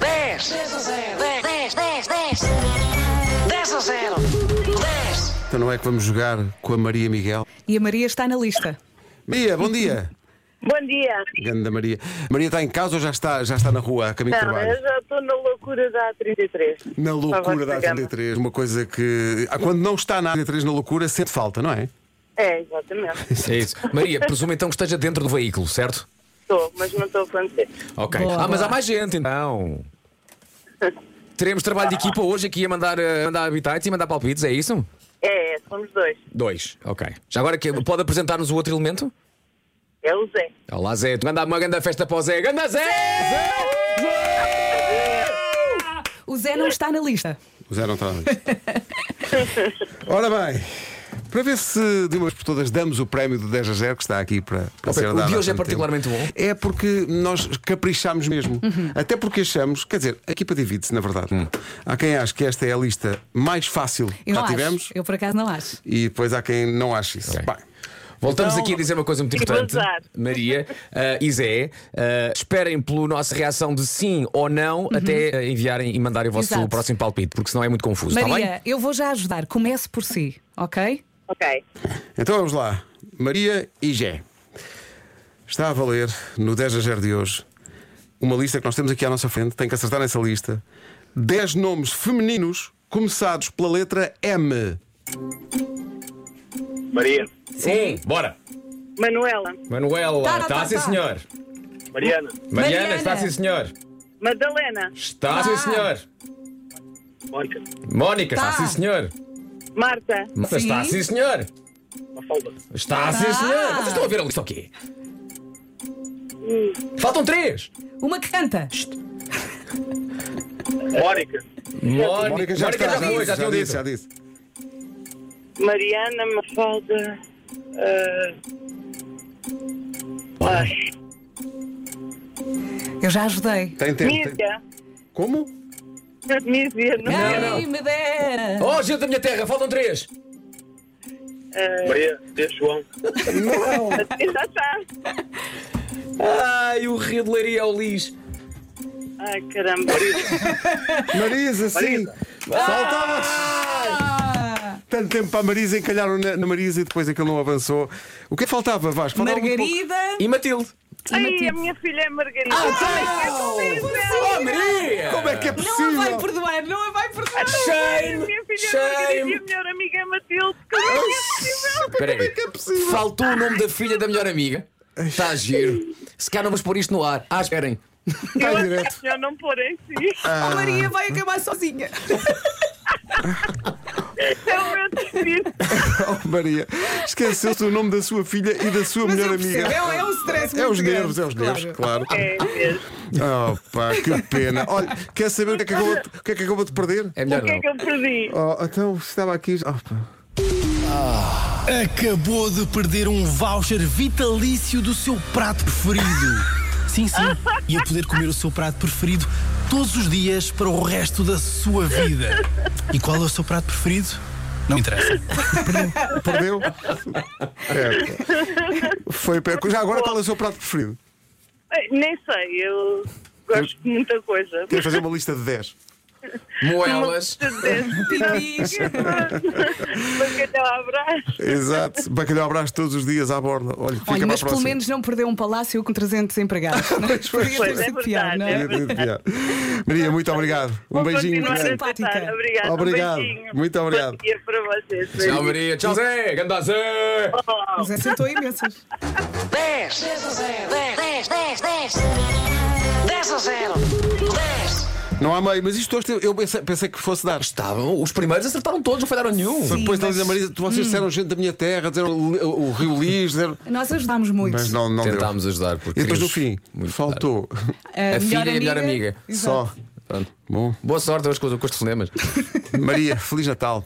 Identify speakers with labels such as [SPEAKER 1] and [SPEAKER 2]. [SPEAKER 1] 10. 10 a 0. 10, 10, 10. 10 a 0. 10.
[SPEAKER 2] Então não é que vamos jogar com a Maria Miguel?
[SPEAKER 3] E a Maria está na lista.
[SPEAKER 2] Mia, bom dia!
[SPEAKER 4] Bom dia.
[SPEAKER 2] Ganda Maria. Maria está em casa ou já está, já está na rua, a caminho de
[SPEAKER 4] Não, eu
[SPEAKER 2] trabalho?
[SPEAKER 4] já estou na loucura da A33.
[SPEAKER 2] Na
[SPEAKER 4] Para
[SPEAKER 2] loucura
[SPEAKER 4] a
[SPEAKER 2] da
[SPEAKER 4] vossa gama.
[SPEAKER 2] A33, uma coisa que. ah, Quando não está na A33 na loucura, sente falta, não é?
[SPEAKER 4] É, exatamente.
[SPEAKER 5] É isso. Maria, presumo então que esteja dentro do veículo, certo?
[SPEAKER 4] Estou, mas não estou a acontecer.
[SPEAKER 5] Ok.
[SPEAKER 3] Boa,
[SPEAKER 5] ah, mas
[SPEAKER 3] boa.
[SPEAKER 5] há mais gente então. Teremos trabalho de equipa hoje aqui a mandar, eh, mandar habitats e mandar palpites, é isso?
[SPEAKER 4] É, é, somos dois.
[SPEAKER 5] Dois. Ok. Já agora que- pode apresentar-nos o outro elemento?
[SPEAKER 4] É o Zé.
[SPEAKER 5] Olá, Zé. Manda uma grande festa para o Zé. Ganda Zé!
[SPEAKER 3] O Zé não está na lista.
[SPEAKER 2] O Zé não está na lista. Ora bem, para ver se de uma vez por todas damos o prémio do 10 a 0 que está aqui para, para
[SPEAKER 5] Ok,
[SPEAKER 2] ser
[SPEAKER 5] o
[SPEAKER 2] dado.
[SPEAKER 5] de
[SPEAKER 2] há
[SPEAKER 5] hoje é
[SPEAKER 2] tanto
[SPEAKER 5] particularmente
[SPEAKER 2] tempo.
[SPEAKER 5] bom? Uhum.
[SPEAKER 2] É porque nós caprichamos mesmo. Até porque achamos, quer dizer, a equipa divide-se, na verdade.
[SPEAKER 5] Hum.
[SPEAKER 2] Há quem acha que esta é a lista mais fácil que
[SPEAKER 3] Eu
[SPEAKER 2] já
[SPEAKER 3] não
[SPEAKER 2] tivemos
[SPEAKER 3] acho. Eu por acaso não acho.
[SPEAKER 2] e depois há quem não ache isso.
[SPEAKER 5] Ok.
[SPEAKER 2] Bem,
[SPEAKER 5] Voltamos aqui a dizer uma coisa muito importante,
[SPEAKER 4] Exato.
[SPEAKER 5] Maria ah, e Zé. ah, esperem pelo nossa reação de sim ou não até ah, enviarem e mandarem o vosso
[SPEAKER 3] Uhum. Exato.
[SPEAKER 5] próximo palpite, porque senão é muito confuso, está bem?
[SPEAKER 3] Maria, eu vou já ajudar. Comece por si, ok?
[SPEAKER 4] Ok.
[SPEAKER 2] então vamos lá. Maria e Gé. Está a valer no 10 a 0 de hoje uma lista que nós temos aqui à nossa frente. Tem que acertar nessa lista 10 nomes femininos começados pela letra M.
[SPEAKER 6] Maria,
[SPEAKER 5] Sim. Bora.
[SPEAKER 4] Manuela,
[SPEAKER 5] Manuela,
[SPEAKER 3] Tá, tá, tá, tá.
[SPEAKER 6] Mariana,
[SPEAKER 3] Mariana, Tá. está sim,
[SPEAKER 5] tá, senhor.
[SPEAKER 4] Madalena,
[SPEAKER 5] Está,
[SPEAKER 3] sim, senhor.
[SPEAKER 6] Mónica,
[SPEAKER 5] Mónica,
[SPEAKER 3] Tá. está, sim,
[SPEAKER 5] senhor.
[SPEAKER 4] Marta,
[SPEAKER 3] Sim. está, sim, Tá.
[SPEAKER 5] senhor.
[SPEAKER 6] Mafalda,
[SPEAKER 5] Está,
[SPEAKER 3] sim, senhor.
[SPEAKER 5] Vocês estão a ver a lista o quê? Faltam três.
[SPEAKER 3] Uma que canta.
[SPEAKER 6] Mónica,
[SPEAKER 5] Mónica,
[SPEAKER 2] disse, já disse, já disse.
[SPEAKER 4] Mariana, Mafalda. Uh... Ai,
[SPEAKER 3] Eu já ajudei.
[SPEAKER 2] Tem tempo. tem-
[SPEAKER 4] Mísia. É
[SPEAKER 2] Como?
[SPEAKER 4] Mísia, não. é?
[SPEAKER 3] Ai,
[SPEAKER 5] não.
[SPEAKER 3] me dera.
[SPEAKER 5] Oh, gente da minha terra, faltam três.
[SPEAKER 6] Maria, Deus, João,
[SPEAKER 4] Já está.
[SPEAKER 5] Ai, o Rio de Leiria ao Lis.
[SPEAKER 4] Ai, caramba.
[SPEAKER 2] Marisa, sim. Faltava
[SPEAKER 3] Ah,
[SPEAKER 2] tanto tempo para a Marisa, encalharam na, na Marisa e depois aquilo não avançou. O que é que faltava, Vasco? Faltava muito pouco.
[SPEAKER 3] Margarida.
[SPEAKER 5] E Matilde.
[SPEAKER 4] Ai, a minha filha é Margarida.
[SPEAKER 5] então.
[SPEAKER 4] Ai, que delícia.
[SPEAKER 5] Oh, Maria!
[SPEAKER 2] Como é que é
[SPEAKER 3] Não a vai
[SPEAKER 2] possível?
[SPEAKER 3] perdoar, não a vai perdoar.
[SPEAKER 4] A minha
[SPEAKER 5] Shame!
[SPEAKER 4] filha é Margarida e a
[SPEAKER 5] Shame!
[SPEAKER 4] melhor amiga é Matilde. Como é que é possível?
[SPEAKER 5] Espera aí.
[SPEAKER 2] que é possível?
[SPEAKER 5] Faltou o nome da filha da melhor amiga. Está a giro. Se calhar não vamos pôr isto no ar. Ah, esperem.
[SPEAKER 2] Vai
[SPEAKER 4] Eu
[SPEAKER 2] direto.
[SPEAKER 4] acho é melhor não pôr em si.
[SPEAKER 3] A Maria vai acabar sozinha.
[SPEAKER 4] É o meu destino.
[SPEAKER 2] Oh, Maria, esqueceu-se o nome da sua filha e da sua
[SPEAKER 3] Mas
[SPEAKER 2] melhor
[SPEAKER 3] eu percebo,
[SPEAKER 2] amiga.
[SPEAKER 3] É, é um stress
[SPEAKER 2] É
[SPEAKER 3] muito
[SPEAKER 2] os nervos,
[SPEAKER 3] grande,
[SPEAKER 2] é os nervos,
[SPEAKER 3] claro.
[SPEAKER 2] claro.
[SPEAKER 4] É mesmo.
[SPEAKER 2] Oh, pá, que pena. Olha, quer saber o que é que acabou, o que é que acabou de perder?
[SPEAKER 5] É
[SPEAKER 4] O
[SPEAKER 5] melhor
[SPEAKER 4] que é
[SPEAKER 5] não.
[SPEAKER 4] que eu perdi?
[SPEAKER 2] Oh, então, estava aqui. Oh, pá.
[SPEAKER 7] Acabou de perder um voucher vitalício do seu prato preferido. Sim, sim. Ia poder comer o seu prato preferido todos os dias para o resto da sua vida. E qual é o seu prato preferido? Não interessa.
[SPEAKER 2] Perdeu? É, pá. Foi perco. Já agora, qual é o seu prato preferido?
[SPEAKER 4] Ai, Eh, Nem sei, eu gosto de muita coisa.
[SPEAKER 2] Quero fazer uma lista de 10.
[SPEAKER 5] Moelas.
[SPEAKER 3] Pipis.
[SPEAKER 4] Bacalhau à brás.
[SPEAKER 2] Exato. Bacalhau abraço todos os dias à borda. Olha, fica
[SPEAKER 3] Olha,
[SPEAKER 2] para a
[SPEAKER 3] mas pelo
[SPEAKER 2] próxima.
[SPEAKER 3] menos não perdeu um palácio com 300 empregados. Não é? Podia ter
[SPEAKER 4] Pois, é
[SPEAKER 3] sido pior,
[SPEAKER 4] verdade,
[SPEAKER 3] não
[SPEAKER 4] é
[SPEAKER 3] é?
[SPEAKER 4] verdade.
[SPEAKER 2] Maria, muito obrigado. Um
[SPEAKER 4] Vou
[SPEAKER 2] beijinho.
[SPEAKER 4] continuar
[SPEAKER 2] grande.
[SPEAKER 4] a tentar. Obrigada.
[SPEAKER 2] Obrigado.
[SPEAKER 4] Um beijinho.
[SPEAKER 2] Muito obrigado.
[SPEAKER 4] Bom dia para vocês.
[SPEAKER 5] Tchau, Maria. Tchau, Zé. Ganda Zé.
[SPEAKER 4] é
[SPEAKER 3] O Zé acertou imensas.
[SPEAKER 1] 10. 10 a 0. 10. 10. 10. 10 a 0. 10.
[SPEAKER 2] Não há meio, mas isto hoje eu pensei, pensei que fosse dar.
[SPEAKER 5] Estavam. Ah, Os primeiros acertaram todos, não falharam nenhum.
[SPEAKER 2] Só que depois da Lisa Marisa, tu-
[SPEAKER 5] Hum.
[SPEAKER 2] vocês disseram gente da minha terra, disseram o, o Rio Lis, disseram.
[SPEAKER 3] Nós ajudámos muito.
[SPEAKER 2] Mas não, não deu.
[SPEAKER 5] Tentámos ajudar. Porque
[SPEAKER 2] E depois no fim,
[SPEAKER 5] queríamos muito
[SPEAKER 2] faltou
[SPEAKER 5] ajudar. A filha e a melhor amiga.
[SPEAKER 3] Exato.
[SPEAKER 2] só.
[SPEAKER 5] Pronto.
[SPEAKER 2] Bom,
[SPEAKER 5] Boa sorte hoje com os com os telefonemas.
[SPEAKER 2] Maria, Feliz Natal.